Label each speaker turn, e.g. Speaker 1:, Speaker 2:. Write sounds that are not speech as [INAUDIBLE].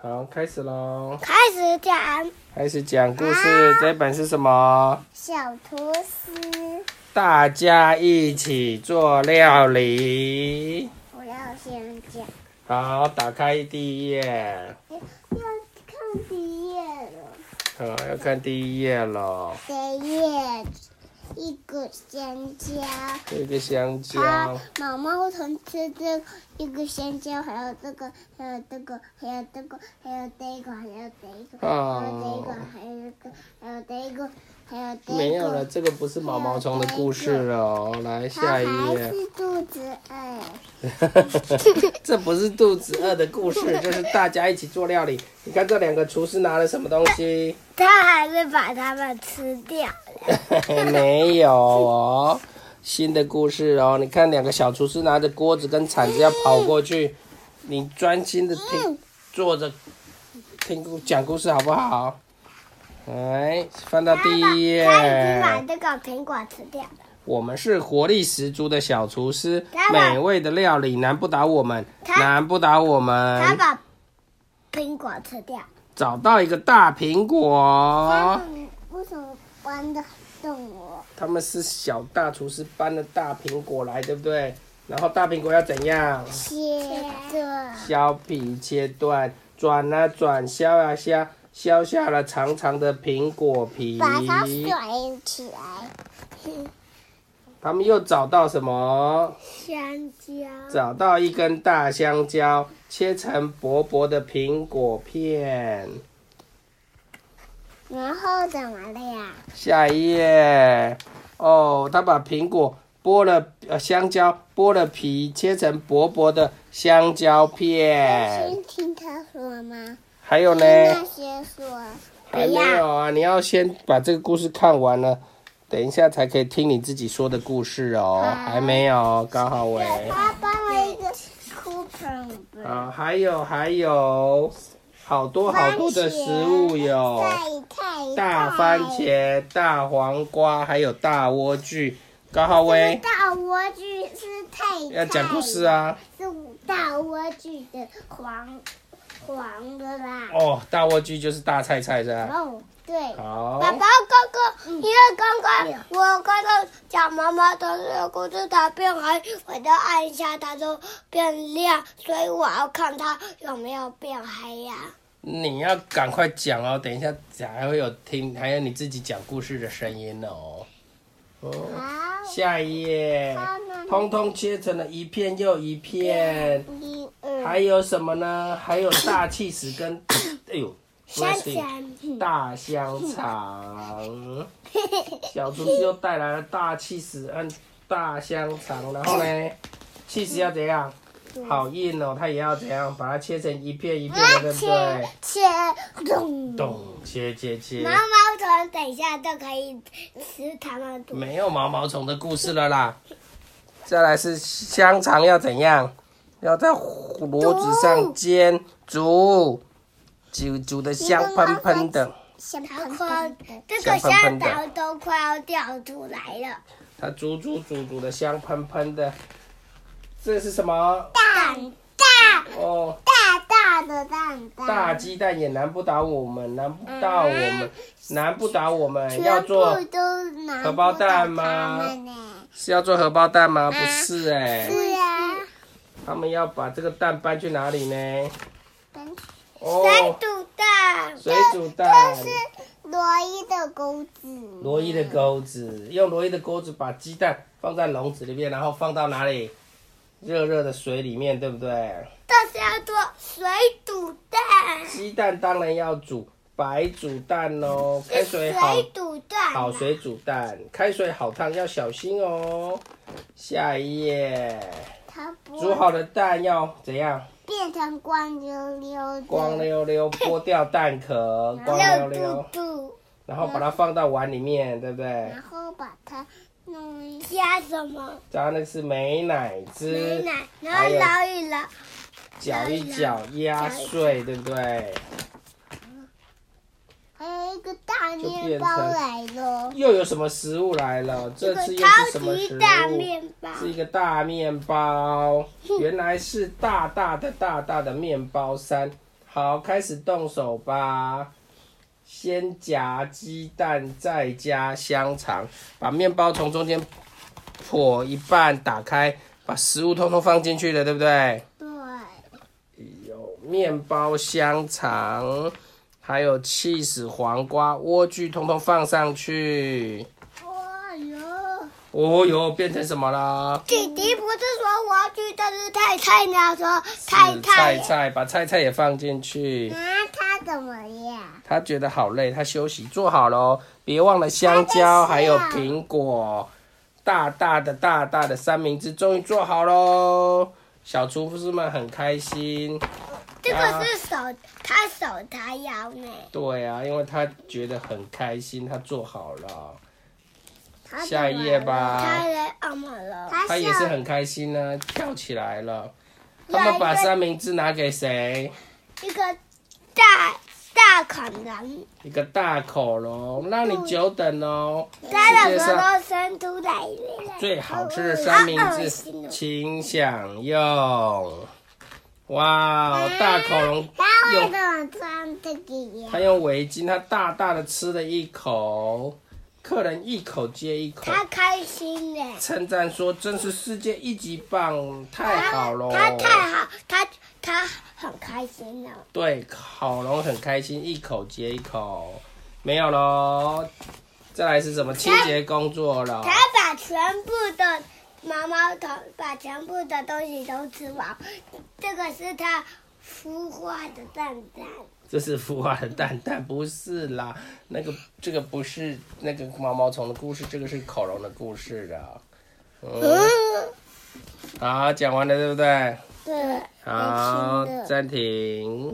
Speaker 1: 好，开始喽！
Speaker 2: 开始讲
Speaker 1: 开始讲故事。这本是什么？
Speaker 2: 小吐司。
Speaker 1: 大家一起做料理。
Speaker 2: 我要先讲，
Speaker 1: 好，打开第一页。
Speaker 2: 要看第一页了。
Speaker 1: 好，要看第一页喽。
Speaker 2: 第一页一个香蕉，
Speaker 1: 有一个香蕉，
Speaker 2: 它毛毛虫吃这一个香蕉，还有这个，还有这个，还有这个，还有这个，还有这个，还有这个，还有这个，还有这个，还有这个。
Speaker 1: 没有了。这个不是毛毛虫的故事了哦。来下
Speaker 2: 它还
Speaker 1: 一页。
Speaker 2: [LAUGHS] 是肚子饿。
Speaker 1: [LAUGHS] 这不是肚子饿的故事，这是大家一起做料理。你看这两个厨师拿了什么东西？
Speaker 2: 它还是把它们吃掉。
Speaker 1: [LAUGHS] 没有哦，新的故事哦。你看两个小厨师拿着锅子跟铲子要跑过去，你专心的听，坐着听故讲故事好不好？来，翻到第一页。
Speaker 2: 他已经把这个苹果吃掉了。
Speaker 1: 我们是活力十足的小厨师
Speaker 2: 他，把
Speaker 1: 美味的料理难不倒我们，
Speaker 2: 他
Speaker 1: 难不倒我们。
Speaker 2: 他把苹果吃掉。
Speaker 1: 找到一个大苹果
Speaker 2: 他，们为什么搬得动我？
Speaker 1: 他们是小大厨师搬了大苹果来，对不对？然后大苹果要怎样？
Speaker 2: 切的，
Speaker 1: 削皮切断，转啊转，削啊削，削下了长长的苹果皮。
Speaker 2: 把它甩起来。
Speaker 1: 他们又找到什么？
Speaker 2: 香蕉，
Speaker 1: 找到一根大香蕉，切成薄薄的苹果片。
Speaker 2: 然后怎么了呀？
Speaker 1: 下一页，哦，他把苹果剥了，呃，香蕉剥了皮，切成薄薄的香蕉片。
Speaker 2: 先听他说吗？
Speaker 1: 还有
Speaker 2: 听
Speaker 1: 呢？
Speaker 2: 那些说，
Speaker 1: 还没有啊，你要先把这个故事看完了，等一下才可以听你自己说的故事哦。还没有，高浩伟。
Speaker 2: 他搬了一个 coupon
Speaker 1: 啊，还有还有，好多好多的食物有。
Speaker 2: 再看
Speaker 1: 大番，茄、大黄瓜，还有大莴苣。高浩威
Speaker 2: 大莴苣是太
Speaker 1: 要讲故事啊！
Speaker 2: 是大莴苣的黄黄的啦。
Speaker 1: 哦，大莴苣就是大菜菜是吧？
Speaker 2: 哦，对。
Speaker 1: 好，
Speaker 3: 宝宝哥哥，因为刚刚我看到小毛毛同事的故事，它变黑，我就按一下它就变亮，所以我要看它有没有变黑啊呀、
Speaker 1: 你要赶快讲哦，等一下还会有听，还有你自己讲故事的声音哦。哦，
Speaker 3: 啊
Speaker 2: 好，
Speaker 1: 下一页，通通切成了一片又一片，
Speaker 2: 一二
Speaker 1: 还有什么呢？还有大气屎跟，哎呦，不
Speaker 2: 三
Speaker 1: 是
Speaker 2: 三，
Speaker 1: 大香肠。小厨师又带来了大气死嗯大香肠，然后呢，气死要怎样？好硬哦，它也要怎样？把它切成一片一片的，对不对？
Speaker 2: 切咚。
Speaker 1: 咚，切切切
Speaker 2: 毛，毛虫等一下就可以吃它们多。
Speaker 1: 没有毛毛虫的故事了啦。再来是香肠要怎样？要在炉子上煎煮，煮煮的香喷喷的。
Speaker 2: 香喷
Speaker 3: 快
Speaker 2: 喷的，
Speaker 1: 香
Speaker 3: 这个
Speaker 1: 喷喷
Speaker 3: 香
Speaker 1: 的
Speaker 3: 肠都快要掉出来了。
Speaker 1: 它煮煮煮煮的香喷喷的，这是什么？
Speaker 2: 蛋大
Speaker 1: 哦，
Speaker 2: 大大的蛋蛋。
Speaker 1: 大鸡蛋也难不倒我们，难不倒我们，难不倒我们。要
Speaker 2: 嗯全部
Speaker 1: 做
Speaker 2: 都拿
Speaker 1: 荷包
Speaker 2: 不到
Speaker 1: 蛋吗
Speaker 2: 它们呢
Speaker 1: 是要做荷包蛋吗？不是哎、
Speaker 2: 是啊，
Speaker 1: 他们要把这个蛋搬去哪里呢？
Speaker 2: 但
Speaker 1: 哦，
Speaker 3: 煮蛋，
Speaker 1: 水煮蛋
Speaker 2: 这。是罗伊的钩子，
Speaker 1: 罗伊的钩子，用罗伊的钩子把鸡蛋放在笼子里面，然后放到哪里？热热的水里面，对不对？
Speaker 3: 这是要做水煮蛋，
Speaker 1: 鸡蛋当然要煮白煮蛋喽，开水啊好
Speaker 3: 水煮蛋，
Speaker 1: 好水煮蛋，开水好烫，要小心哦。下一页，
Speaker 2: 它不
Speaker 1: 煮好的蛋要怎样？
Speaker 2: 变成光溜溜的，
Speaker 1: 光溜溜剥掉蛋壳，光溜溜，
Speaker 3: 煮
Speaker 1: 然后把它放到碗里面，对不对？
Speaker 3: 嗯
Speaker 2: 然后把它弄一
Speaker 3: 加什么？
Speaker 1: 加那个是美乃
Speaker 3: 牛
Speaker 1: 滋，
Speaker 3: 奶，然后捞一捞，
Speaker 1: 搅一搅，压碎，对不对？
Speaker 2: 还有一个大
Speaker 1: 就
Speaker 2: 面
Speaker 1: 变
Speaker 2: 包
Speaker 1: 成
Speaker 2: 来了，
Speaker 1: 又有什么食物来了？哎这
Speaker 3: 这
Speaker 1: 次
Speaker 3: 个
Speaker 1: 又是
Speaker 3: 超
Speaker 1: 什么食
Speaker 3: 级
Speaker 1: 物？
Speaker 3: 大面包，
Speaker 1: 是一个大面包，原来是大大的大大的面包山，好，开始动手吧。先夹鸡蛋，再加香肠，把面包从中间破一半，打开，把食物通通放进去了，对不对？
Speaker 3: 对，
Speaker 1: 有面包、香肠，还有 cheese、黄瓜、莴苣，通通放上去。
Speaker 3: 哇哟，
Speaker 1: 哦哟，变成什么了？
Speaker 2: 弟弟不是说我要去，但是太菜鸟说太
Speaker 1: 是
Speaker 2: 菜啊
Speaker 1: 菜
Speaker 2: 了，
Speaker 1: 菜，把菜菜也放进去。
Speaker 3: 那它怎么样？
Speaker 1: 他觉得好累，他休息。做好了哦，别忘了香蕉，
Speaker 3: 他在
Speaker 1: 还
Speaker 3: 吃
Speaker 1: 有
Speaker 3: 啊
Speaker 1: 苹果，大大的大大的三明治终于做好喽！小厨师们很开心。
Speaker 2: 这
Speaker 1: 啊
Speaker 2: 个是手，他手他腰呢。
Speaker 1: 对啊，因为他觉得很开心，他做好了。
Speaker 3: 它
Speaker 1: 下一页吧
Speaker 2: 他来按摩了，
Speaker 3: 它
Speaker 1: 他也
Speaker 3: 像
Speaker 1: 是很开心呢、跳起来了。他们把三明治拿给谁？
Speaker 2: 一个大大恐龙，
Speaker 1: 一个大恐龙，让你久等哦。
Speaker 2: 他
Speaker 1: 世界
Speaker 2: 的
Speaker 1: 上
Speaker 2: 舌头伸出来了。
Speaker 1: 最好吃的三明
Speaker 2: 好恶心
Speaker 1: 治，
Speaker 2: 哦
Speaker 1: 请享用。哇，大恐龙
Speaker 3: 它为
Speaker 1: 用
Speaker 3: 什么穿这个呀？
Speaker 1: 它用围巾，它大大的吃了一口，客人一口接一口，
Speaker 2: 他开心呢，
Speaker 1: 称赞说：“真是世界一级棒，太好喽！”
Speaker 2: 啊他太好，他他很开心了。
Speaker 1: 对，恐龙很开心，一口接一口，没有喽。再来是什么清洁工作了
Speaker 2: 他？把全部的毛毛虫，把全部的东西都吃完，这个是他孵化的蛋蛋。
Speaker 1: 这是孵化的蛋蛋，不是啦。那个这个不是那个毛毛虫的故事，这个是恐龙的故事的。嗯，
Speaker 2: 嗯，
Speaker 1: 好，讲完了对不对？
Speaker 2: 对。
Speaker 1: 好
Speaker 3: 没听，的
Speaker 1: 暂停。